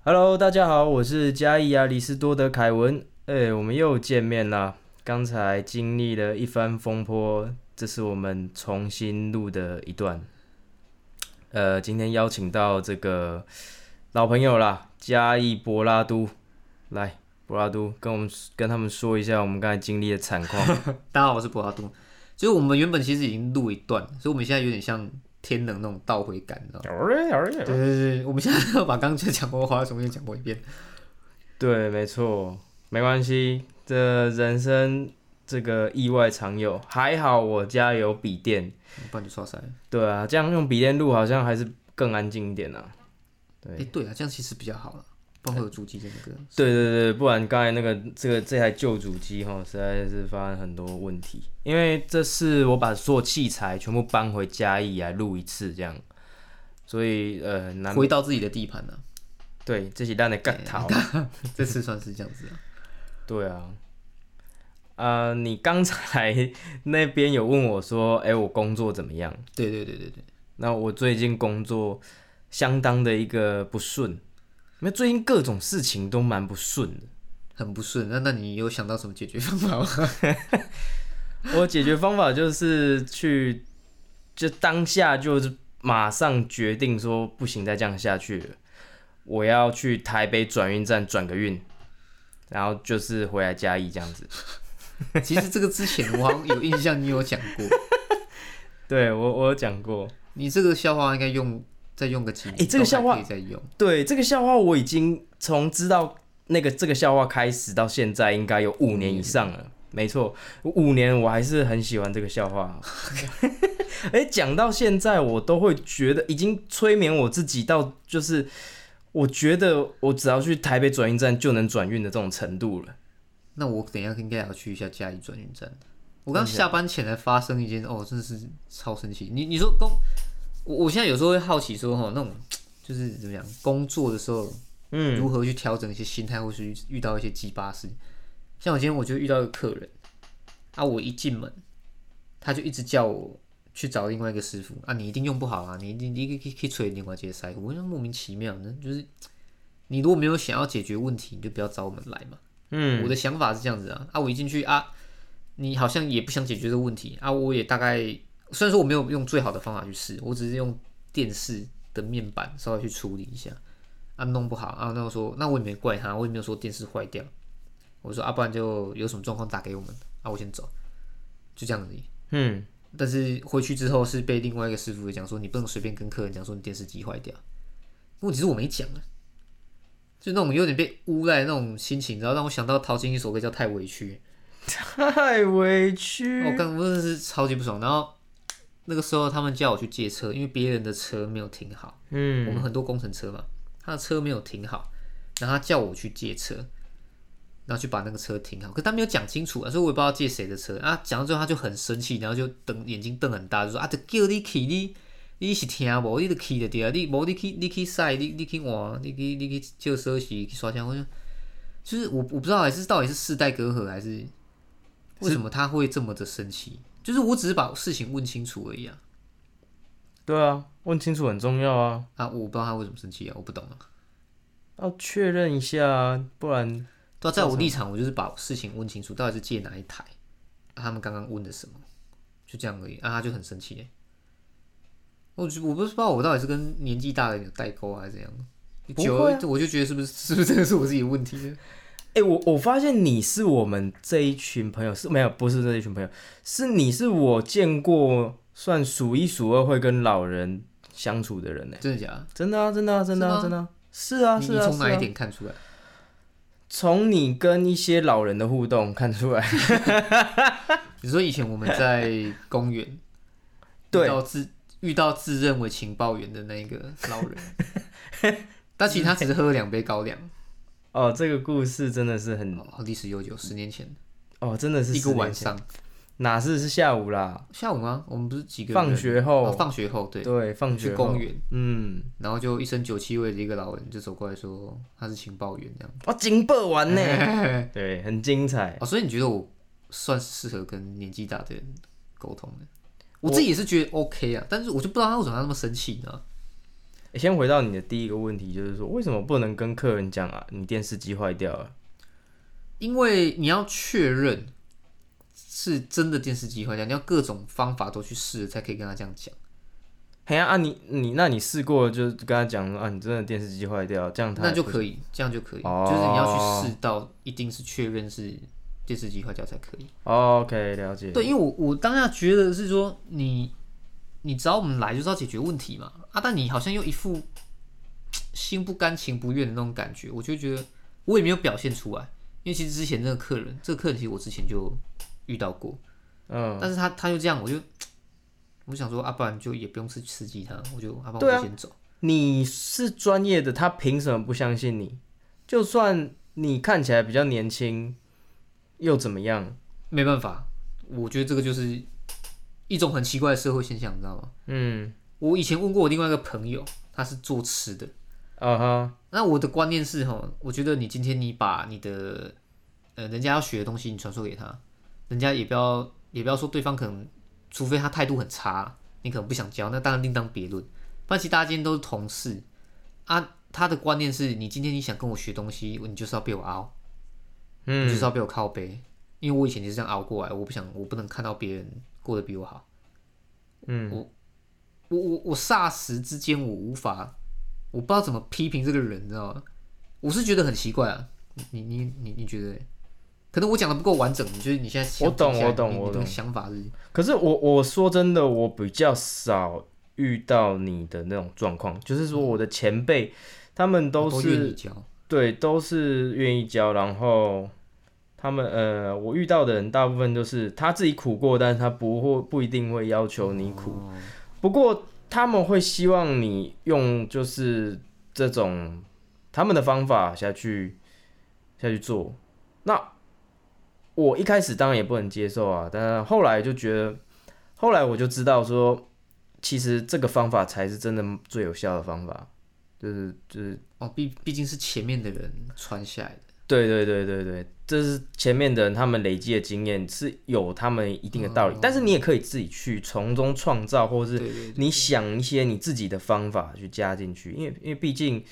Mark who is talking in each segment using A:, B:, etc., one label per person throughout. A: Hello，大家好，我是嘉义啊亚里士多德凯文。哎、我们又见面啦！刚才经历了一番风波，这是我们重新录的一段。呃，今天邀请到这个老朋友啦，嘉义博拉都来，博拉都跟我们跟他们说一下我们刚才经历的惨况。啊
B: 大家好，我是博拉多。就是我们原本其实已经录一段，所以我们现在有点像天冷那种倒回感，你知道吗？对对对，我们现在要把刚刚讲过的话重新讲过一遍。
A: 对，没错，没关系，这人生这个意外常有。还好我家有笔电。
B: 不然就刷塞了。
A: 对啊，这样用笔电录好像还是更安静一点啊。对
B: 哎、对啊，这样其实比较好了，不然会有主机的那个。
A: 对对对，不然刚才那个这个这台旧主机哈，实在是发生很多问题。因为这次我把所有器材全部搬回嘉义来录一次，这样，所以呃，难
B: 回到自己的地盘了、
A: 对这些蛋的干逃。
B: 这次算是这样子啊。
A: 对啊，啊，你刚才那边有问我说，哎、我工作怎么样？
B: 对对对对对，
A: 那我最近工作相当的一个不顺，那最近各种事情都蛮不顺的。
B: 很不顺。那那你有想到什么解决方法吗？
A: 我解决方法就是去，就当下就是马上决定说不行，再这样下去了，我要去台北转运站转个运，然后就是回来嘉义这样子。
B: 其实这个之前我好像有印象，你有讲过。
A: 对我我有讲过，
B: 你这个笑话应该用再用个几年，
A: 哎这个笑话
B: 都还可以再用。
A: 对这个笑话我已经从知道那个这个笑话开始到现在应该有五年以上了。没错，五年我还是很喜欢这个笑 话。哎，讲到现在，我都会觉得已经催眠我自己到，就是我觉得我只要去台北转运站就能转运的这种程度了。
B: 那我等一下应该也要去一下嘉义转运站。我刚下班前才发生一件，哦，真的是超神奇。你你说工，我我现在有时候会好奇说，哈，那种就是怎么讲，工作的时候，嗯，如何去调整一些心态，或是遇到一些鸡巴事。像我今天我就遇到一个客人，啊，我一进门，他就一直叫我去找另外一个师傅，啊，你一定用不好啊，你一定你可以可以吹另外一个塞，我就莫名其妙呢，就是你如果没有想要解决问题，你就不要找我们来嘛。我的想法是这样子啊，啊，我一进去啊，你好像也不想解决这个问题啊，我也大概，虽然说我没有用最好的方法去试，我只是用电视的面板稍微去处理一下，啊，弄不好啊，那我说那我也没怪他，我也没有说电视坏掉，我说啊，不然就有什么状况打给我们，啊，我先走，就这样子。
A: 嗯，
B: 但是回去之后是被另外一个师傅讲说，你不能随便跟客人讲说你电视机坏掉。问题是我没讲啊，就那种有点被诬赖的那种心情，然后让我想到陶晶莹一首歌叫《太委屈
A: 太委》，屈。
B: 我刚我真的是超级不爽。然后那个时候他们叫我去借车，因为别人的车没有停好，
A: 嗯，
B: 我们很多工程车嘛，他的车没有停好，然后他叫我去借车，然后去把那个车停好，可他没有讲清楚啊，所以我也不知道借谁的车啊。讲到最后他就很生气，然后就瞪眼睛瞪很大，就说啊，就叫你去你。你是听无，你就去就对啊，你无你去你去赛，你你去换，你去你去借车是去刷枪，我就就是我我不知道还是到底是世代隔阂还是为什么他会这么的生气，就是我只是把事情问清楚而已啊
A: 对啊，问清楚很重要啊，
B: 啊，我不知道他为什么生气啊，我不懂啊。
A: 要确认一下啊，不然
B: 对啊，在我立场，我就是把事情问清楚，到底是借哪一台，啊他们刚刚问的什么，就这样而已。啊，他就很生气耶。我就我不知道我到底是跟年纪大的人有代沟啊还是怎样，
A: 不
B: 久
A: 会啊
B: 了我就觉得是不是 是不是这个是我自己的问题呢？
A: 哎、我我发现你是我们这一群朋友是没有，不是这一群朋友，是你是我见过算数一数二会跟老人相处的人呢、
B: 真的假的？
A: 真的啊，真的啊，真的
B: 是
A: 啊，
B: 吗
A: 真的啊、是啊，
B: 你
A: 是
B: 你
A: 啊，
B: 从
A: 是
B: 哪一
A: 啊。
B: 点看出来？
A: 从你跟一些老人的互动看出来，
B: 你说以前我们在公园
A: 对
B: 遇到自遇到自认为情报员的那个老人， 但其实他只是喝了两杯高粱，
A: 哦，这个故事真的是很，
B: 哦历史悠久，十年前
A: 哦，嗯真的是
B: 一
A: 十
B: 个
A: 年
B: 晚
A: 前，
B: 上。
A: 哪是是下午啦，
B: 下午吗？我们不是几个人
A: 放学后，
B: 哦放学后对，
A: 对，放学
B: 去
A: 后
B: 公，园，
A: 嗯，
B: 然后就一身酒气味的一个老人就走过来说他是情报员这样。
A: 哦，警报完呢， 对，很精彩，
B: 哦，所以你觉得我算是适合跟年纪大的人沟通的？我自己也是觉得 OK 啊，但是我就不知道他为什么他那么生气呢？
A: 诶先回到你的第一个问题，就是说为什么不能跟客人讲啊？你电视机坏掉了？
B: 因为你要确认是真的电视机坏掉，你要各种方法都去试，才可以跟他这样讲。
A: 嘿呀啊，你你那你试过就跟他讲啊，你真的电视机坏掉，这样他
B: 那就
A: 也不
B: 可以，这样就可以，
A: 哦
B: 就是你要去试到一定是确认是电视机坏掉才可以。
A: 哦 OK 了解。
B: 对，因为我我当下觉得是说你你找我们来就是要解决问题嘛，啊，但你好像又一副嘖心不甘情不愿的那种感觉，我就觉得我也没有表现出来，因为其实之前那个客人，这个客人其实我之前就遇到过，
A: 嗯，
B: 但是他他就这样，我就嘖我想说，啊，不然就也不用刺刺激他，我就啊，不
A: 对
B: 然
A: 啊
B: 我就先走。
A: 你是专业的，他凭什么不相信你？就算你看起来比较年轻，又怎么样？
B: 没办法，我觉得这个就是一种很奇怪的社会现象，你知道吗？
A: 嗯，
B: 我以前问过我另外一个朋友，他是做吃的，
A: 啊哈，
B: 那我的观念是哈，我觉得你今天你把你的呃人家要学的东西你传授给他，人家也不要也不要说对方可能，除非他态度很差，你可能不想教，那当然另当别论。不然其实大家今天都是同事啊，他的观念是你今天你想跟我学东西，你就是要被我凹，你就
A: 嗯
B: 是要被我靠背，因为我以前就是这样熬过来，我不想我不能看到别人过得比我好，
A: 嗯，
B: 我我我霎时之间我无法，我不知道怎么批评这个人，你知道吗？我是觉得很奇怪啊，你你你你你觉得嘞？可能我讲的不够完整，你觉得你现在想
A: 我懂
B: 听起来
A: 我懂
B: 你
A: 我
B: 你这
A: 懂
B: 个想法是
A: 可是我我说真的，我比较少遇到你的那种状况，就是说我的前辈他们都
B: 哦都
A: 是
B: 愿意教，
A: 对，都是愿意教，然后他们呃，我遇到的人大部分都是他自己苦过，但是他不会不一定会要求你苦，不过他们会希望你用就是这种他们的方法下去下去做。那我一开始当然也不能接受啊，但是后来就觉得，后来我就知道说，其实这个方法才是真的最有效的方法，就是就是。
B: 哦，毕毕竟是前面的人传下来的，
A: 对对对对对，这是前面的人他们累积的经验是有他们一定的道理，但是你也可以自己去从中创造，或
B: 嗯对
A: 是
B: 对对
A: 你想一些你自己的方法去加进去，因为因为毕竟，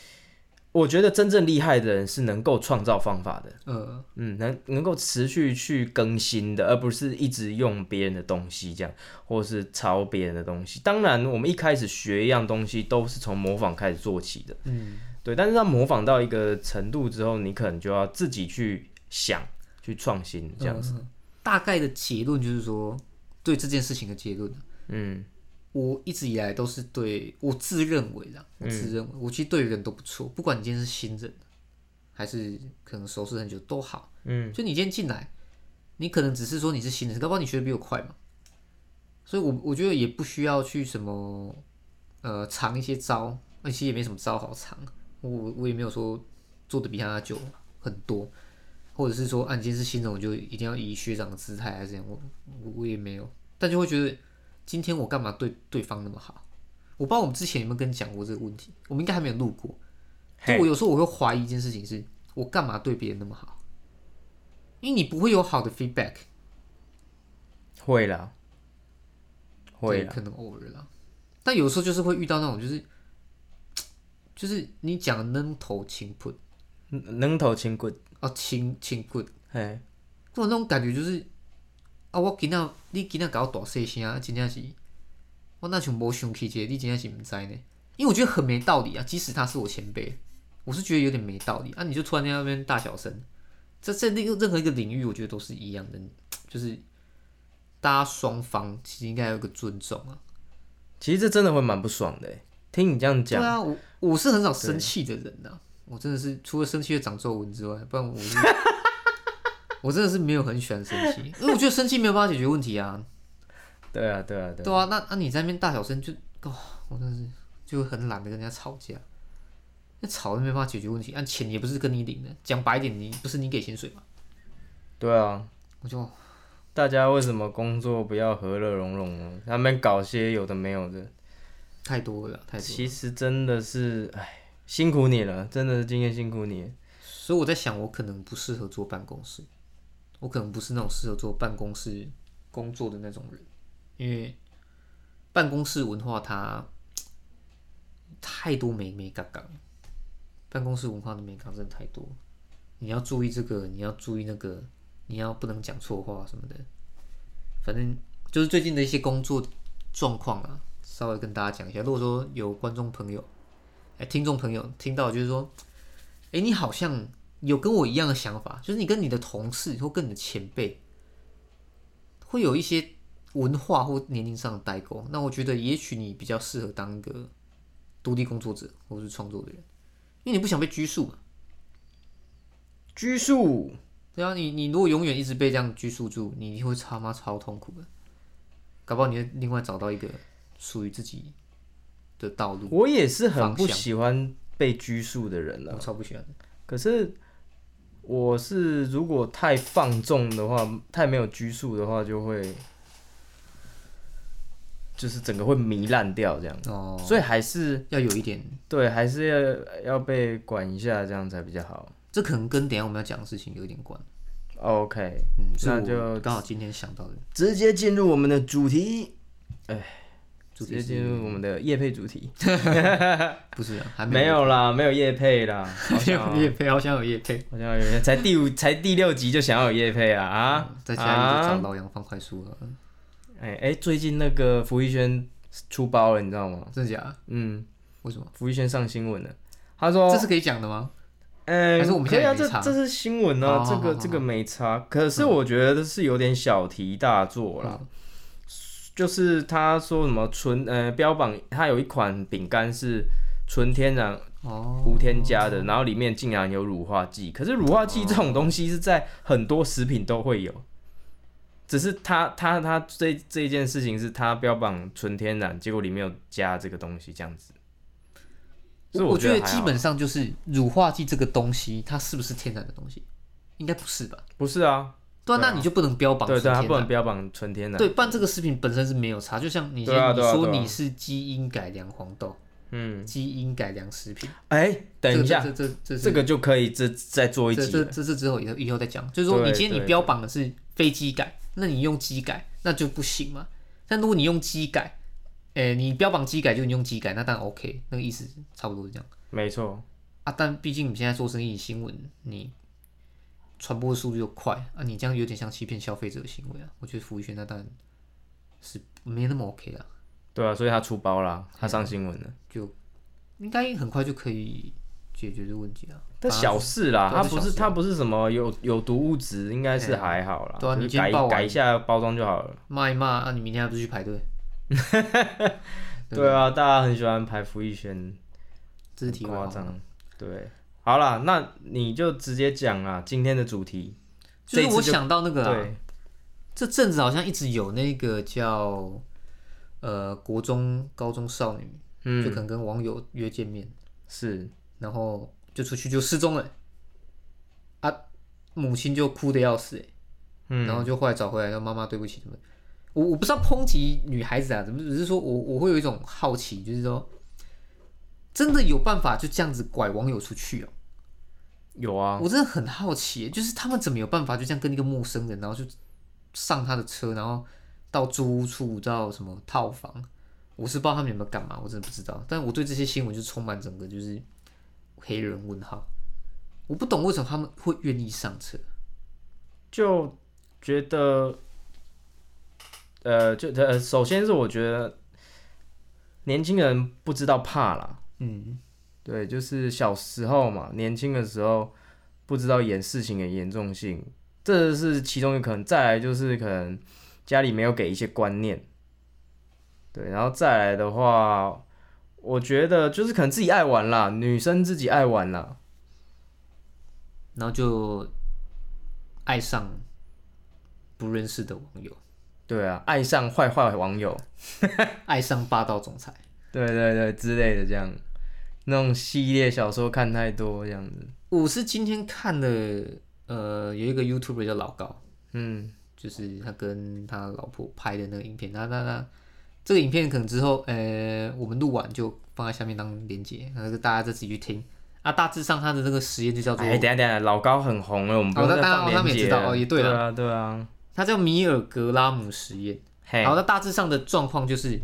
A: 我觉得真正厉害的人是能够创造方法的，
B: 呃，
A: 嗯，能能够持续去更新的，而不是一直用别人的东西这样，或是抄别人的东西。当然，我们一开始学一样东西都是从模仿开始做起的，
B: 嗯，
A: 对，但是它模仿到一个程度之后，你可能就要自己去想、去创新这
B: 嗯
A: 样子。
B: 大概的结论就是说，对这件事情的结论，啊
A: 嗯
B: 我一直以来都是对我自认为啦，
A: 嗯
B: 我自认为、我其实对人都不错，不管你今天是新人还是可能熟识很久都好，
A: 嗯
B: 就你今天进来，你可能只是说你是新人，搞不好你学的比我快嘛，所以我我觉得也不需要去什么呃藏一些招，那其实也没什么招好藏，我我也没有说做的比他久很多，或者是说啊你今天是新人，我就一定要以学长的姿态还是怎样，我我我也没有，但就会觉得。今天我干嘛对对方那么好？我不知道我们之前有没有跟你讲过这个问题，我们应该还没有录过。就我有时候我会怀疑一件事情是，我干嘛对别人那么好？因为你不会有好的 feedback，
A: 会啦，会
B: 对
A: 啦，
B: 可能偶尔啦。但有时候就是会遇到那种，就是就是你讲的扔头轻棍
A: 能能头轻棍，
B: 啊，轻轻棍，
A: 嘿，
B: 我那种感觉就是啊，我今仔你今仔搞大细声，啊真正是我那想无想起这个，你真正是毋知呢。因为我觉得很没道理啊，即使他是我前辈，我是觉得有点没道理啊。你就突然在那边大小声，这在那个任何一个领域，我觉得都是一样的，就是大家双方其实应该有一个尊重啊。
A: 其实这真的会蛮不爽的欸。听你这样
B: 对
A: 讲，
B: 啊，我我是很少生气的人呐、我真的是除了生气会长皱纹之外，不然 我是我真的是没有很喜欢生气，因为我觉得生气没有办法解决问题啊。
A: 对啊，对啊，对啊，
B: 对啊，那那你在那边大小声就，哦，我真的是就很懒得跟人家吵架，那吵都没办法解决问题，那、钱也不是跟你领的，讲白一点，你不是你给薪水嘛？
A: 对啊。
B: 我就
A: 大家为什么工作不要和乐融融呢？他们搞些有的没有的，
B: 太多了，太多了。
A: 其实真的是，哎，辛苦你了，真的是今天辛苦你了。
B: 所以我在想，我可能不适合坐办公室，我可能不是那种适合坐办公室工作的那种人，因为办公室文化它太多美美嘎嘎，办公室文化的美嘎真的太多，你要注意这个，你要注意那个，你要不能讲错话什么的，反正就是最近的一些工作状况啊，稍微跟大家讲一下。如果说有观众朋友，哎、听众朋友听到，就是说，哎、你好像有跟我一样的想法，就是你跟你的同事或跟你的前辈，会有一些文化或年龄上的代沟。那我觉得，也许你比较适合当一个独立工作者或是创作的人，因为你不想被拘束嘛。
A: 拘束，
B: 对啊，你你如果永远一直被这样拘束住，你一定会他妈超痛苦的。搞不好你会另外找到一个属于自己的道路。
A: 我也是很不
B: 方向
A: 喜欢被拘束的人了。
B: 我超不喜欢。
A: 可是我是如果太放纵的话，太没有拘束的话，就会就是整个会糜烂掉这样。
B: 哦，
A: 所以还是
B: 要有一点，
A: 对，还是要要被管一下，这样才比较好。
B: 这可能跟等一下我们要讲的事情有一点关。
A: OK，
B: 嗯，是
A: 那
B: 我
A: 就
B: 刚好今天想到的
A: 直接进入我们的主题，直
B: 主题
A: 接
B: 是
A: 进入我们的夜配主题。
B: 不是啊？还
A: 没
B: 有
A: 有啦，没有夜配啦，好
B: 没
A: 像
B: 有叶配，好像有叶配。
A: 好像有才第五 才第六集就想要有夜配啊啊！
B: 在家里就
A: 啊
B: 找老杨放快速了，嗯
A: 哎、哎、最近那个福一轩出包了，你知道吗？
B: 真的假的？
A: 嗯，
B: 为什么？
A: 福一轩上新闻了。他说
B: 这是可以讲的吗？：“
A: 嗯、
B: 还是我们现在
A: 可以啊，
B: 也没
A: 这
B: 差
A: 这是新闻
B: 好
A: 啊，
B: 好
A: 这
B: 好
A: 个
B: 好嗯
A: 这个没差。可是我觉得是有点小题大做啦。就是他说什么纯呃标榜，他有一款饼干是纯天然
B: 哦，
A: 无添加的，然后里面竟然有乳化剂。可是乳化剂这
B: 哦
A: 种东西是在很多食品都会有，只是他他他这这件事情是他标榜纯天然，结果里面有加这个东西这样子。所以
B: 我
A: 觉
B: 得
A: 还
B: 基
A: 好
B: 本上就是乳化剂这个东西，它是不是天然的东西？应该不是吧？
A: 不是啊，
B: 对啊，那你就不能标榜
A: 对
B: 是
A: 对，他
B: 天
A: 不能
B: 然。
A: 标榜纯天然。
B: 对，办这个食品本身是没有差，就像你先
A: 对啊
B: 你
A: 对啊
B: 说
A: 对啊
B: 你是基因改良黄豆，
A: 嗯，
B: 基因改良食品，
A: 哎，等一下，
B: 这这这这是
A: 这个就可以这再做一
B: 这
A: 集
B: 这
A: 了。
B: 这是之后以后以后再讲，就是说
A: 对
B: 你今天你
A: 对
B: 标榜的是非机改，那你用机改那就不行嘛。但如果你用机改，诶、你标榜机改就你用机改，那当然 OK，那个意思差不多是这样
A: 没错，
B: 啊。但毕竟你现在做生意新闻，你传播速度又快啊，你这样有点像欺骗消费者的行为啊。我觉得服务圈那当然是没那么 OK 啦，
A: 对啊，所以他出包啦，他上新闻了。
B: 应该很快就可以解决这个问题啊。
A: 但
B: 反而
A: 小事啦，
B: 对啊
A: 他
B: 这
A: 不
B: 小
A: 是他不是什么有有毒物质，应该是还好啦。
B: 对啊
A: 就是
B: 你今天
A: 改
B: 报完
A: 改一下包装就好了。
B: 骂一骂啊，你明天还不是去 排队？
A: 对啊，大家很喜欢排福一轩，
B: 这是题外
A: 夸
B: 话。
A: 张。对，好啦，那你就直接讲啦，今天的主题。
B: 就是
A: 这一
B: 我
A: 次就
B: 想到那个、啊，
A: 对，
B: 这阵子好像一直有那个叫呃国中、高中少女，
A: 嗯，
B: 就可能跟网友约见面，
A: 是
B: 然后就出去就失踪了，啊，母亲就哭的要死、欸，
A: 嗯
B: 然后就后来找回来，说妈妈对不起他们。我我不知道抨击女孩子啊，怎么只是说我我会有一种好奇，就是说真的有办法就这样子拐网友出去哦、
A: 有啊，
B: 我真的很好奇耶，就是他们怎么有办法就这样跟一个陌生人，然后就上他的车，然后到租屋处，到什么套房，我是不知道他们有没有干嘛，我真的不知道。但我对这些新闻就充满整个就是黑人问号，我不懂为什么他们会愿意上车。
A: 就觉得，呃，就呃，首先是我觉得年轻人不知道怕啦，
B: 嗯，
A: 对，就是小时候嘛，年轻的时候不知道演事情的严重性，这是其中一个可能。再来就是可能家里没有给一些观念，对，然后再来的话，我觉得就是可能自己爱玩啦，女生自己爱玩啦，
B: 然后就爱上不认识的网友，
A: 对啊，爱上坏坏网友，
B: 爱上霸道总裁。
A: 对对对之类的这样，那种系列小说看太多这样子，
B: 我是今天看了，呃，有一个 YouTuber 叫老高。
A: 嗯，
B: 就是他跟他老婆拍的那个影片，那那那这个影片可能之后，呃，我们录完就放在下面当连接，那个大家再自己去听。啊，大致上他的这个实验就叫做，
A: 哎，等一下等一下，老高很红了，我们不
B: 哦
A: 用
B: 那
A: 再
B: 当然
A: 放
B: 哦他
A: 链
B: 们也
A: 接
B: 知道
A: 了
B: 哦也对
A: 对啊对啊，
B: 它叫米尔格拉姆实验。
A: 嘿，
B: 好，那大致上的状况就是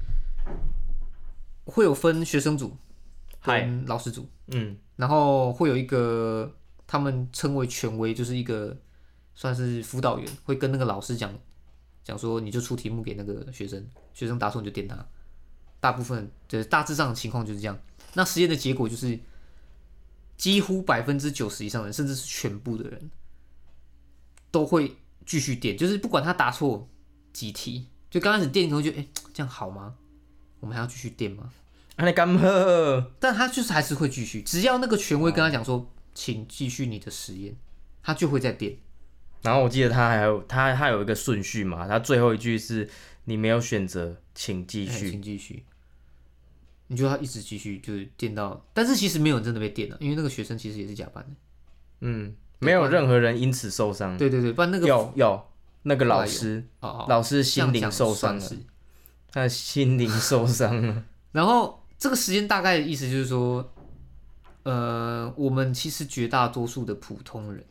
B: 会有分学生组，跟老师组，
A: 嗯，
B: 然后会有一个他们称为权威，就是一个算是辅导员，会跟那个老师讲讲说，你就出题目给那个学生，学生答错你就点他。大部分就是大致上的情况就是这样。那实验的结果就是，几乎百分之九十以上的人，甚至是全部的人，都会继续点，就是不管他答错几题，就刚开始点，你会觉得，哎、这样好吗？我们还要继续点吗？
A: 安尼干呵，
B: 但他就是还是会继续，只要那个权威跟他讲
A: 哦
B: 说，请继续你的实验，他就会再变。
A: 然后我记得他还有他他有一个顺序嘛，他最后一句是你没有选择，请继
B: 哎
A: 续。
B: 请继续。你就要一直继续，就是电到，但是其实没有人真的被电了，因为那个学生其实也是假扮的。
A: 嗯，没有任何人因此受伤。
B: 对对对，不然那个
A: 有有那个
B: 后来
A: 老
B: 有
A: 师，
B: 哦哦，
A: 老师心
B: 这样
A: 灵
B: 讲
A: 受伤了
B: 算，是
A: 他的心灵受伤 了。
B: 然后这个时间大概的意思就是说，呃，我们其实绝大多数的普通人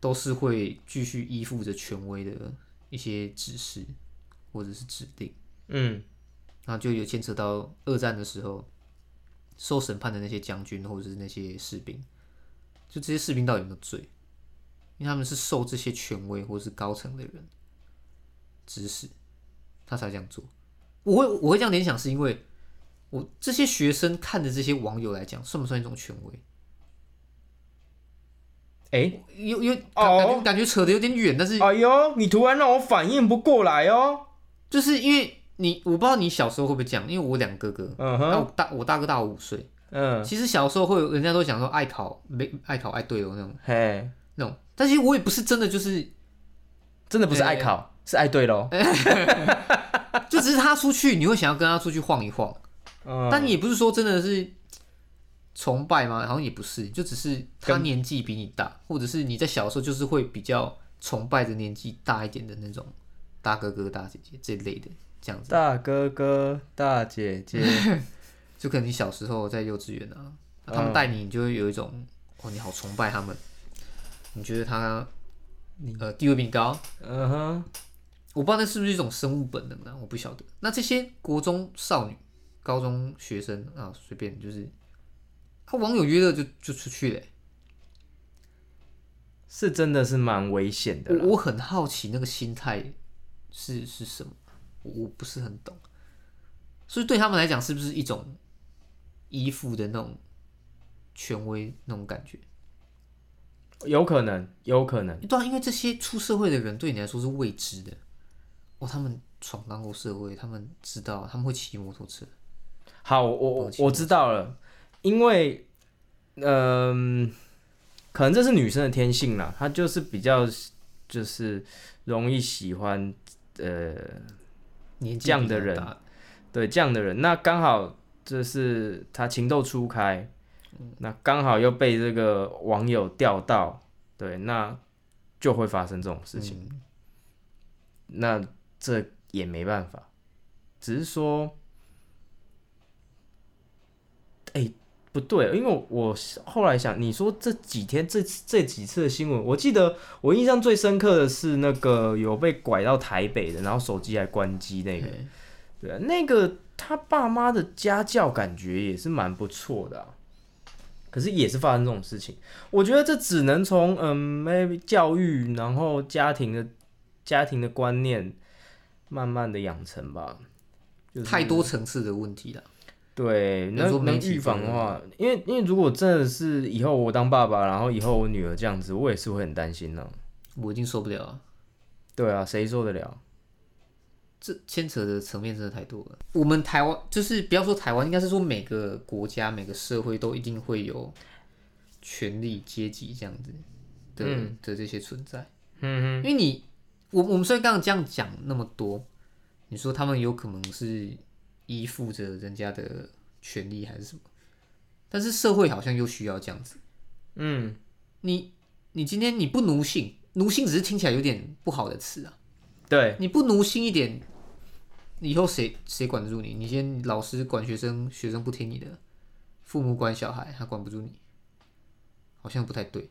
B: 都是会继续依附着权威的一些指示或者是指令，
A: 嗯，
B: 然后就有牵扯到二战的时候受审判的那些将军或者是那些士兵，就这些士兵到底有没有罪？因为他们是受这些权威或是高层的人指使，他才这样做。我会我会这样联想，是因为我这些学生看着这些网友来讲，算不算一种权威？
A: 哎、
B: 有有
A: 哦
B: 感觉感觉扯得有点远，但是
A: 哎呦，你突然让我反应不过来哦。
B: 就是因为你，我不知道你小时候会不会这样，因为我两个哥，
A: 嗯
B: 然
A: 哼，
B: 后我大我大哥大我五岁，
A: 嗯，
B: 其实小时候会有人家都讲说爱考没爱考爱对哦那种
A: 嘿，
B: 那种，但其实我也不是真的就是，
A: 真的不是爱考，是爱对喽。
B: 就只是他出去你会想要跟他出去晃一晃，
A: 嗯，
B: 但你也不是说真的是崇拜吗？好像也不是，就只是他年纪比你大，或者是你在小的时候就是会比较崇拜着年纪大一点的那种大哥哥大姐姐这类的这样子，
A: 大哥哥、大姐姐，
B: 就可能你小时候在幼稚园啊，他们带你，你就会有一种哦你好崇拜他们，你觉得他呃地位比你高。
A: 嗯哼，
B: 我不知道那是不是一种生物本能啊，我不晓得。那这些国中少女、高中学生啊，随便就是，他网友约了就就出去嘞、
A: 是真的是蛮危险的啦。
B: 我我很好奇那个心态是是什么，我我不是很懂。所以对他们来讲，是不是一种依附的那种权威那种感觉？
A: 有可能，有可能。
B: 对啊，因为这些出社会的人对你来说是未知的。哦，他们闯荡过社会，他们知道他们会骑摩托车。
A: 好，我我
B: 抱歉
A: 我知道了，因为，嗯、可能这是女生的天性啦，她就是比较就是容易喜欢呃
B: 年纪
A: 这样
B: 比
A: 的
B: 较
A: 人
B: 大
A: 对这样的人，那刚好就是他情窦初开，那刚好又被这个网友钓到，对，那就会发生这种事情。那这也没办法，只是说，哎、不对，因为我我后来想，你说这几天这这几次的新闻，我记得我印象最深刻的是那个有被拐到台北的，然后手机还关机那个。
B: 对
A: 对啊，那个他爸妈的家教感觉也是蛮不错的、啊，可是也是发生这种事情，我觉得这只能从嗯，maybe 教育，然后家庭的家庭的观念慢慢的养成吧。就是、
B: 太多层次的问题了。
A: 对，
B: 比如
A: 那
B: 说媒
A: 能
B: 体
A: 预防的
B: 责任
A: 话，因为因为如果真的是以后我当爸爸，然后以后我女儿这样子，我也是会很担心呢、
B: 我已经受不了了，
A: 对啊，谁受得了？
B: 这牵扯的层面真的太多了。我们台湾就是不要说台湾，应该是说每个国家、每个社会都一定会有权力阶级这样子的、的这些存在。嗯因为你我我们虽然刚刚这样讲那么多，你说他们有可能是依附着人家的权利还是什么，但是社会好像又需要这样子。
A: 嗯，
B: 你你今天你不奴性，奴性只是听起来有点不好的词啊。
A: 对，
B: 你不奴性一点，以后谁谁管得住你？你先老师管学生，学生不听你的，父母管小孩，他管不住你，好像不太对。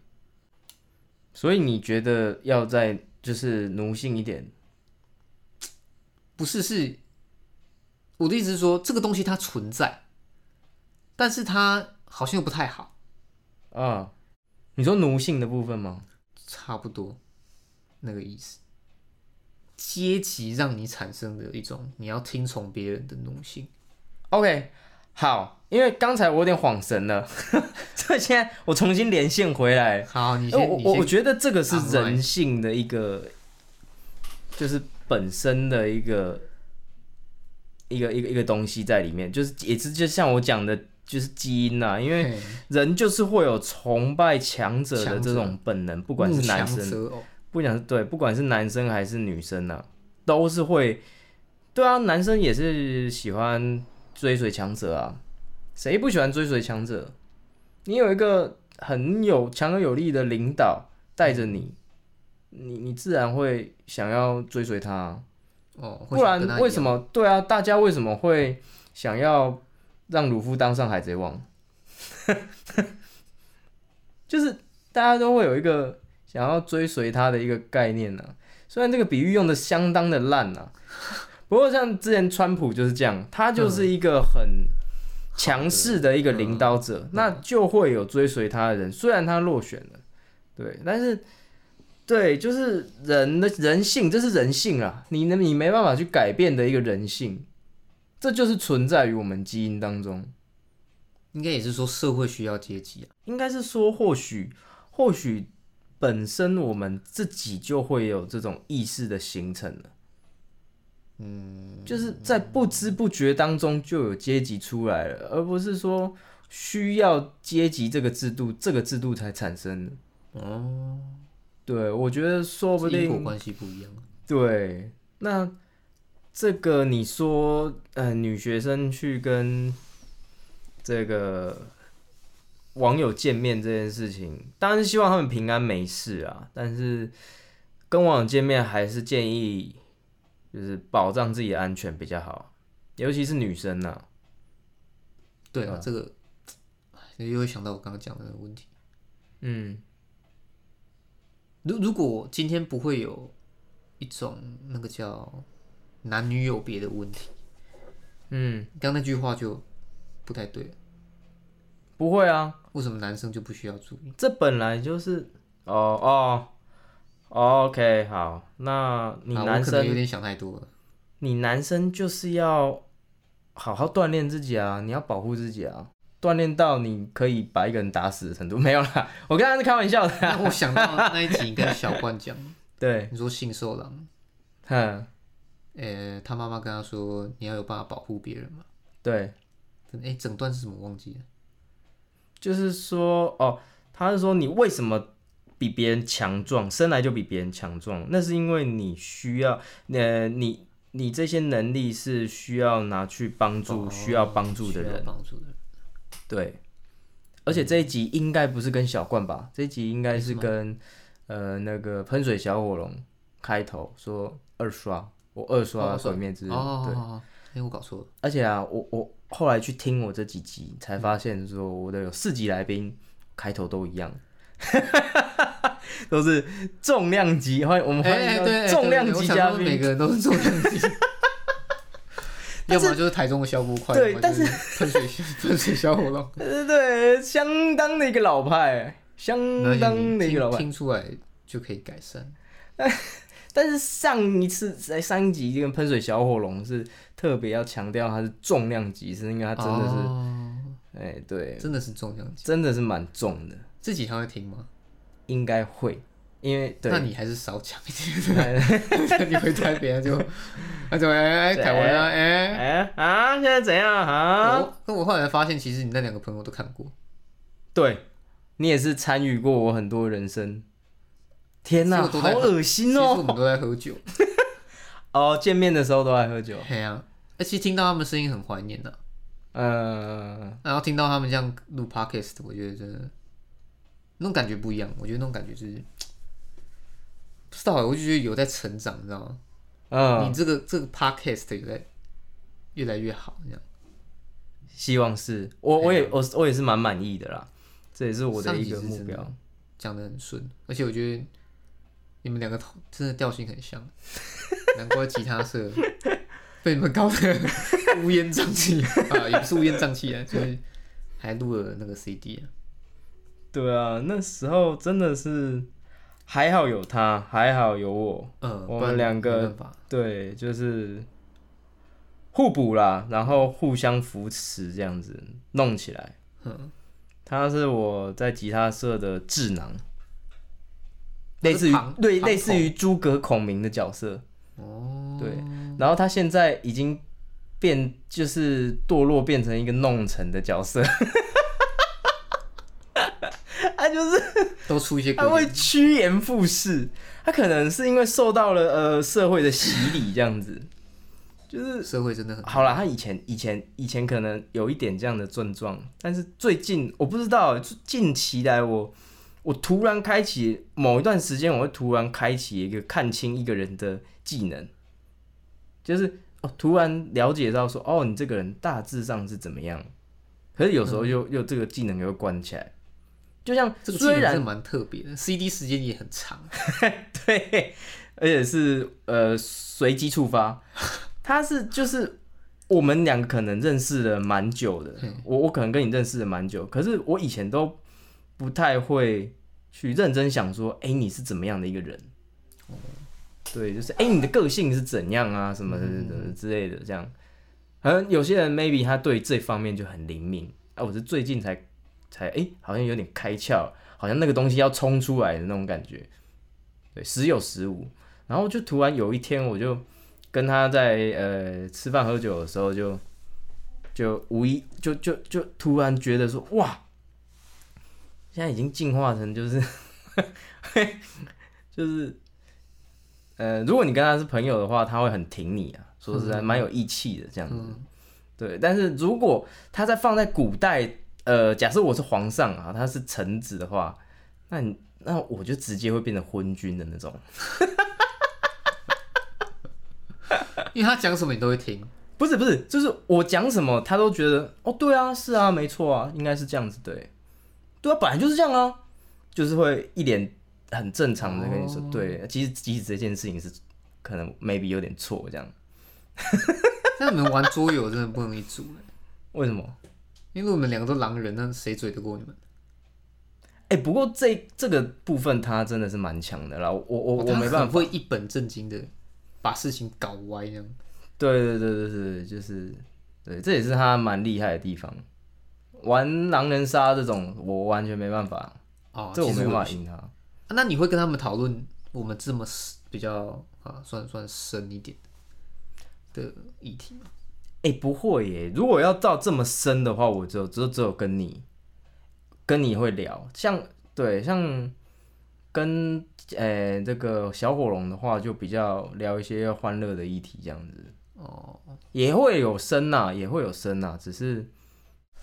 A: 所以你觉得要再就是奴性一点，
B: 不是，是我的意思是说，这个东西它存在，但是他好像又不太好，
A: 啊，你说奴性的部分吗？
B: 差不多那个意思。阶级让你产生的一种你要听从别人的奴性，
A: OK，好，因为刚才我有点恍神了， 所以现在我重新连线回来。
B: 好，你
A: 因为
B: 先，
A: 哎我
B: 你
A: 我我
B: 先，
A: 觉得这个是
B: Alright
A: 人性的一个，就是本身的一个一个一个一个东西在里面，就是也是就像我讲的，就是基因呐、啊因为
B: 嘿
A: 人就是会有崇拜强者的
B: 强者
A: 这种本能，不管是
B: 慕
A: 男
B: 强
A: 生
B: 择偶
A: 不管是对，不管是男生还是女生啊，都是会，对啊，男生也是喜欢追随强者啊，谁不喜欢追随强者？你有一个很有强而有力的领导带着你，你你自然会想要追随他啊、
B: 哦，
A: 不然为什
B: 么？
A: 么？对啊，大家为什么会想要让鲁夫当上海贼王？ 就是大家都会有一个想要追随他的一个概念呢、虽然这个比喻用的相当的烂呐、不过像之前川普就是这样，他就是一个很强势的一个领导者，那就会有追随他的人。虽然他落选了，对，但是对，就是人的人性，这是人性啊，你能你没办法去改变的一个人性，这就是存在于我们基因当中。
B: 应该也是说社会需要阶级啊，
A: 应该是说，或许或许本身我们自己就会有这种意识的形成了。嗯，就是在不知不觉当中就有阶级出来了，而不是说需要阶级这个制度，这个制度才产生的。
B: 哦，
A: 对，我觉得说不
B: 因果
A: 定
B: 关系不一样啊，
A: 对，那这个你说，呃，女学生去跟这个网友见面这件事情，当然是希望他们平安没事啊，但是跟网友见面还是建议就是保障自己的安全比较好，尤其是女生呐、
B: 对啊，这个，唉又会想到我刚刚讲的那个问题。
A: 嗯，
B: 如如果今天不会有一种那个叫男女有别的问题，
A: 嗯，
B: 刚刚那句话就不太对了。
A: 不会啊，
B: 为什么男生就不需要注意？
A: 这本来就是哦哦。哦 OK，好，那你
B: 啊
A: 男
B: 我可
A: 生
B: 能有点想太多了。
A: 你男生就是要好好锻炼自己啊，你要保护自己啊，锻炼到你可以把一个人打死的程度没有啦， 我刚刚是开玩笑的。
B: 那我想到那一集跟小冠讲，
A: 对，
B: 你说性受狼，
A: 哼，
B: 呃、他妈妈跟他说你要有办法保护别人嘛。
A: 对，
B: 哎、整段是什么我忘记了？
A: 就是说哦，他是说你为什么比别人强壮，生来就比别人强壮，那是因为你需要，呃，你你这些能力是需要拿去帮助
B: 哦
A: 需要帮助的
B: 需要
A: 人，
B: 帮助的人
A: 对，而且这一集应该不是跟小冠吧？这一集应该是跟呃那个喷水小火龙开头说二刷，我二刷
B: 哦
A: 《鬼灭之刃》
B: 哦，
A: 对，
B: 哎、诶我搞错了，
A: 而且啊，我我后来去听我这几集，才发现说我的有四集来宾开头都一样。 都是重量级，欢迎我们欢
B: 哎、诶对，
A: 迎
B: 诶
A: 重量
B: 对对
A: 级嘉
B: 我想说
A: 宾，
B: 每个人都是重量 级。要么就是台中的消波块，
A: 对
B: 要么就是喷水 喷水小 火龙，
A: 对对对，相当的一个老派，相嗯当的一个老
B: 听
A: 派。
B: 听出来就可以改善。
A: 但是上一次在上一集这个喷水小火龙是特别要强调它是重量级，是因为它真的是，哎、
B: 哦
A: 对，
B: 真的是重量级，
A: 真的是蛮重的，
B: 自己还会听吗？
A: 应该会，因为对哎
B: 那你还是少讲 一点， 你回台别人就，那就哎哎
A: 对
B: 台湾啊哎，
A: 哎、啊，现在怎样啊？
B: 我那我后来发现，其实你那两个朋友都看过，
A: 对你也是参与过我很多人生，天哪、
B: 其实我
A: 好
B: 都在
A: 恶
B: 其
A: 心
B: 实
A: 哦、
B: 我们都在喝酒，
A: 哦，见面的时候都爱喝酒，
B: 嘿啊，而且听到他们声音很怀念啊的，
A: 呃，
B: 然后听到他们这样录 podcast，我觉得真的那种感觉不一样，我觉得那种感觉是。不知道欸，我就觉得有在成长，你知道吗？
A: 嗯，
B: 你这个这个 podcast 有在越来越好，这样。
A: 希望是我，我也我我也是蛮满意的啦，这也是我的
B: 哎上
A: 一
B: 集
A: 个
B: 是
A: 目
B: 真的
A: 标。
B: 讲的很顺，而且我觉得你们两个头真的调性 很像，难怪吉他社 被你们搞得乌烟瘴气啊，也不是乌烟瘴气啊，就是还录了那个 CD 啊。
A: 对啊，那时候真的是还好有他，还好有我，
B: 嗯，
A: 我
B: 不然
A: 们两
B: 没
A: 个
B: 办法
A: 对，就是互补啦，然后互相扶持这样子弄起来。
B: 嗯，
A: 他是我在吉他社的智囊，
B: 他是
A: 类似于
B: 旁
A: 对，
B: 旁
A: 类似于诸葛孔明的角色。
B: 哦，
A: 对，然后他现在已经变，就是堕落变成一个弄臣的角 色。 他就是
B: 都出一些
A: 他
B: 歌，
A: 会趋炎附势，他可能是因为受到了呃社会的洗礼这样子，就是
B: 社会真的很
A: 好啦，他以前以前以前可能有一点这样的症状，但是最近我不知道，欸就近期来我我突然开启某一段时间，我会突然开启一个看清一个人的技能，就是哦，突然了解到说哦，你这个人大致上是怎么样，可是有时候又、又这个技能又关起来，就像
B: 嗯这个技
A: 虽
B: 能
A: 然
B: 真的蛮特别的，CD 时间也很长，
A: 对，而且是呃随机触发，他是就是我们两个可能认识了蛮久的，我我可能跟你认识了蛮久，可是我以前都不太会去认真想说，哎、你是怎么样的一个人？对，就是哎、你的个性是怎样啊，什么什么什么之类的，这样。可能有些人 maybe 他对这方面就很灵敏啊，我是最近才才哎、好像有点开窍，好像那个东西要冲出来的那种感觉。对，时有时无。然后就突然有一天，我就跟他在呃吃饭喝酒的时候就，就无意就就就突然觉得说，哇，现在已经进化成就是 就是呃，如果你跟他是朋友的话，他会很挺你啊，说实在蛮有义气的这样子。对，但是如果他在放在古代，呃，假设我是皇上啊，他是臣子的话，那你那我就直接会变成昏君的那种。
B: 因为他讲什么你都会听，
A: 不是不是，就是我讲什么，他都觉得哦，对啊，是啊，没错啊，应该是这样子，对，对啊，本来就是这样啊，就是会一脸很正常的跟你说，
B: 哦
A: 对，其实即使这件事情是可能 maybe 有点错这样，
B: 但你们玩桌游真的不容易组欸，
A: 为什么？
B: 因为我们两个都狼人，那谁嘴得过你们？
A: 哎、不过这这个部分他真的是蛮强的啦，我我我
B: 哦他
A: 没
B: 很
A: 办法，
B: 会一本正经的把事情搞歪这样。
A: 对对对对对，就是对，这也是他蛮厉害的地方。玩狼人杀这种，我完全没办法，
B: 哦，
A: 这我
B: 其实
A: 没办
B: 我
A: 法赢他。
B: 啊那你会跟他们讨论我们这么比较啊，算算深一点的议题吗？
A: 哎、不会耶！如果要到这么深的话，我只有只有只有跟你，跟你会聊，像对像跟呃、这个小火龙的话，就比较聊一些欢乐的议题这样子，
B: 哦，
A: 也会有深呐、也会有深呐、只是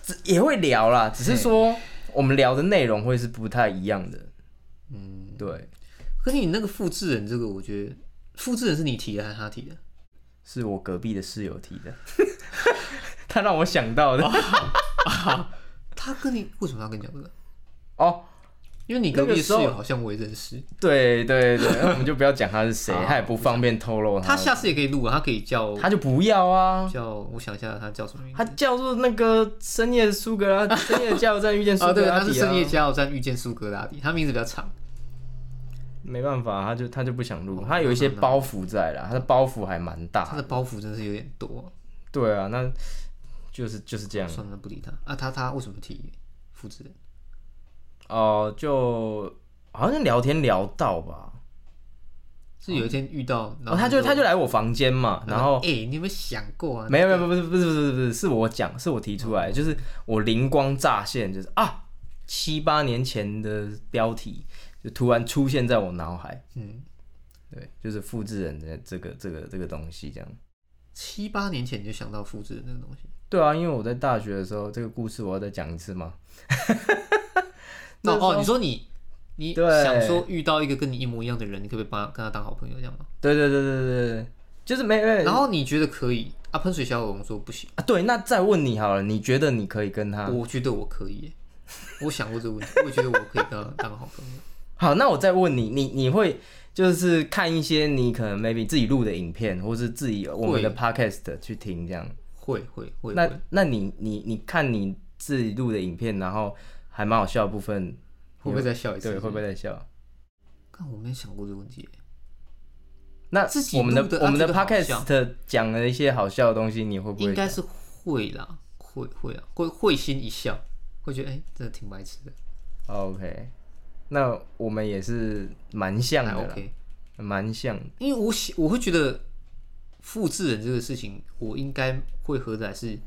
A: 只也会聊啦，只是说我们聊的内容会是不太一样的，
B: 嗯，
A: 对，
B: 可是你那个复制人这个，我觉得复制人是你提的还是他提的？
A: 是我隔壁的室友提的， 他让我想到的
B: 他跟你为什么要跟你讲这个？
A: 哦，
B: 因为你隔壁的室
A: 那个时
B: 友
A: 候
B: 好像我也认识，
A: 对对对，那我们就不要讲他是谁，
B: 好
A: 他也不方便透露
B: 他
A: 他的
B: 下次也可以录啊，他可以叫
A: 他就不要啊，
B: 叫，我想一下他叫什么名字啊
A: 他？叫做那个深夜苏格 拉，深夜加油站遇见苏
B: 哦，
A: 格
B: 对，
A: 拉
B: 他
A: 底、
B: 是
A: 啊，
B: 深夜加油站遇见苏格拉底，他名字比较长。
A: 没办法，他就他就不想录
B: 哦，
A: 他有一些包袱在啦，他的包袱还蛮大
B: 他的
A: 的。
B: 包袱真的是有点多，
A: 对啊，那就是就是这样
B: 算了，不理他啊。他他为什么提复制人？
A: 哦、就好像聊天聊到吧，
B: 是有一天遇到，
A: 然
B: 然
A: 后
B: 后
A: 哦他就他就来我房间嘛，然后
B: 哎，你有没有想过啊？
A: 没有没有不是不是不是不是不是是我讲是我提出来，就是我灵光乍现，就是啊七八年前的标题就突然出现在我脑海，
B: 嗯，
A: 对，就是复制人的这个这个这个东西这样。
B: 七八年前你就想到复制人这个东西，
A: 对啊，因为我在大学的时候，这个故事我要再讲一次吗？
B: 那
A: 那时候
B: 哦，你说你你
A: 对
B: 想说遇到一个跟你一模一样的人，你可不可以帮他跟他当好朋友这样吗？
A: 对对对对对对，就是没没
B: 然后你觉得可以啊？喷水小火龙说不行，
A: 啊。对，那再问你好了，你觉得你可以跟他？
B: 我觉得我可以耶。我想过这个问题，我觉得我可以跟他当好朋友。
A: 好，那我再问你，你你会就是看一些你可能 maybe 自己录的影片，或是自己我们的 podcast 去听这样？
B: 会会会，
A: 那那你你你看你自己录的影片，然后还蛮好笑的部分，
B: 会不会再笑一次？
A: 对，会不会在笑？
B: 看我没想过这个问题耶，
A: 那
B: 自己
A: 我们的
B: 录的啊
A: 我们的
B: 这个好笑
A: podcast 讲了一些好笑的东西，你会不
B: 应
A: 会
B: 该是会啦，会会啊，会会心一笑，会觉得哎、真的挺白痴的，
A: ？OK，那我们也是蛮像
B: 还
A: 的啦，
B: 啊 OK。
A: 蛮像的。
B: 因为我喜我会觉得复制人这个事情，我应该会合的还是，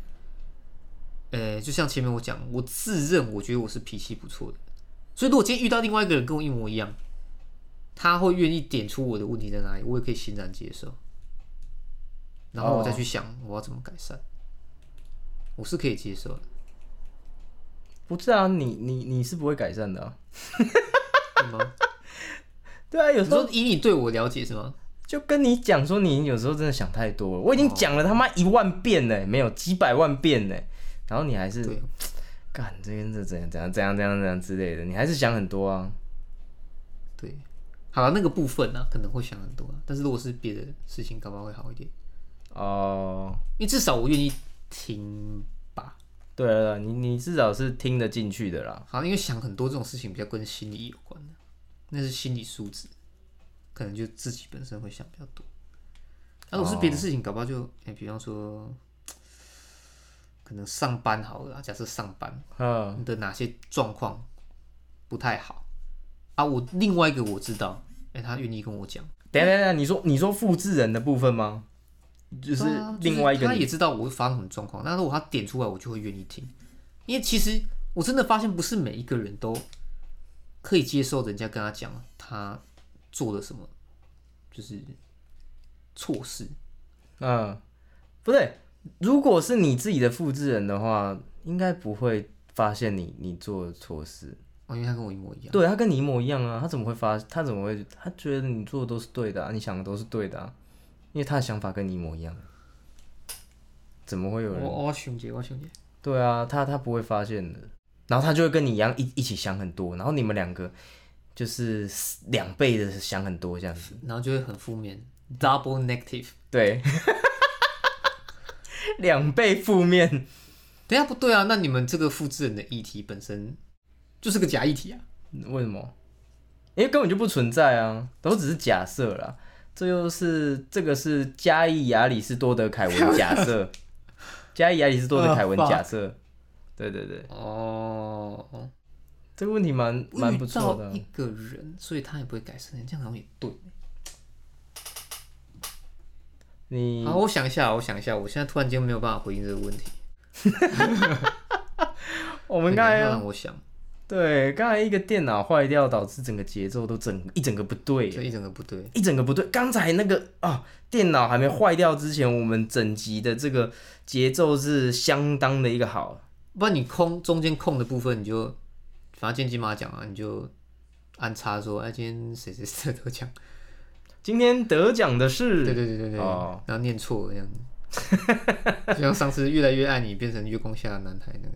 B: 呃，就像前面我讲，我自认我觉得我是脾气不错的，所以如果今天遇到另外一个人跟我一模一样，他会愿意点出我的问题在哪里，我也可以欣然接受，然后我再去想我要怎么改善，我是可以接受的。
A: 不是啊，你你你是不会改善的、啊。
B: 对吗？
A: 对啊，有
B: 你
A: 时候
B: 说以你对我了解是吗？
A: 就跟你讲说，你有时候真的想太多了。我已
B: 哦
A: 经讲了他妈一万遍了，没有几百万遍呢，然后你还是
B: 对，
A: 干这边这怎样怎样怎样怎样怎样之类的，你还是想很多啊。
B: 对，好了，那个部分呢、可能会想很多、啊，但是如果是别的事情，搞不好会好一点。
A: 哦、
B: 因为至少我愿意听吧。
A: 对了对了，你你至少是听得进去的啦。
B: 好，因为想很多这种事情比较跟心理有关的，那是心理素质，可能就自己本身会想比较多。那、如果是别的事情，搞不好就，哎、比方说，可能上班好了啦，假设上班
A: 嗯，
B: 你的哪些状况不太好啊？我另外一个我知道，哎、他愿意跟我讲，
A: 等一下等一下，你说你说复制人的部分吗？就是
B: 对啊
A: 另外一
B: 就
A: 个
B: 是他
A: 你
B: 也知道我会发生什么状况，但是我他点出来，我就会愿意听，因为其实我真的发现，不是每一个人都可以接受人家跟他讲他做了什么，就是错事。
A: 嗯，不对，如果是你自己的复制人的话，应该不会发现你你做的错事。
B: 哦，因为他跟我一模一样，
A: 对他跟你一模一样啊，他怎么会发？他怎么会？他觉得你做的都是对的、啊，你想的都是对的、啊，因为他的想法跟你一模一样。怎么会有人？
B: 我我熊姐，我熊姐，
A: 对啊，他他不会发现的，然后他就会跟你一样一一起想很多，然后你们两个就是两倍的想很多这样子。
B: 然后就会很负面，double negative。
A: 对， 两倍负面。
B: 等一下不对啊，那你们这个复制人的议题本身就是个假议题啊。
A: 为什么？因为根本就不存在啊，都只是假设啦。这又是这个是加义亚里士多德凯文假 设，加义亚里士多德凯文假设。对对对，
B: 哦，
A: 这个问题蛮蛮不错的
B: 我
A: 啊
B: 遇到。一个人，所以他也不会改善，这样好像也对。
A: 你
B: 好，我想一下，我想一下，我现在突然间没有办法回应这个问题。
A: 我
B: 我
A: 们刚才
B: 让我想，
A: 对刚才一个电脑坏掉，导致整个节奏都整一整个不对，
B: 这一整个不对，
A: 一整个不对。刚才那个啊，电脑还没坏掉之前，我们整集的这个节奏是相当的一个好。
B: 不然你空中间空的部分，你就反正今天金马奖啊，你就安插说，哎，今天谁谁谁得奖，
A: 今天得奖的是
B: 对对对对对，
A: 哦
B: 然后念错了这样子，就像上次越来越爱你变成月光下的男孩那个，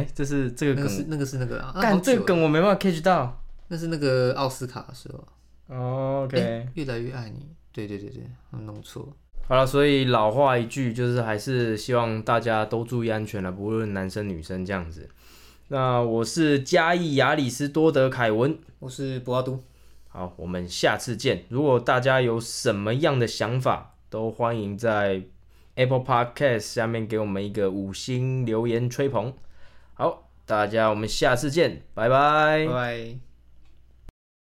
A: 哎、这是这
B: 那
A: 个
B: 个
A: 梗，
B: 是那个是那个啊，啊
A: 干、
B: 好久
A: 这个
B: 了
A: 梗我没办法 catch 到。
B: 那是那个奥斯卡的时候，
A: 哦
B: 哎、越来越爱你，对对对对，他们弄错了，
A: 好了，所以老话一句，就是还是希望大家都注意安全了，不论男生女生这样子。那我是嘉义亚里士多德凯文，
B: 我是博阿都，
A: 好，我们下次见。如果大家有什么样的想法，都欢迎在 Apple Podcast 下面给我们一个五星留言吹捧。好，大家我们下次见，拜拜
B: 拜拜。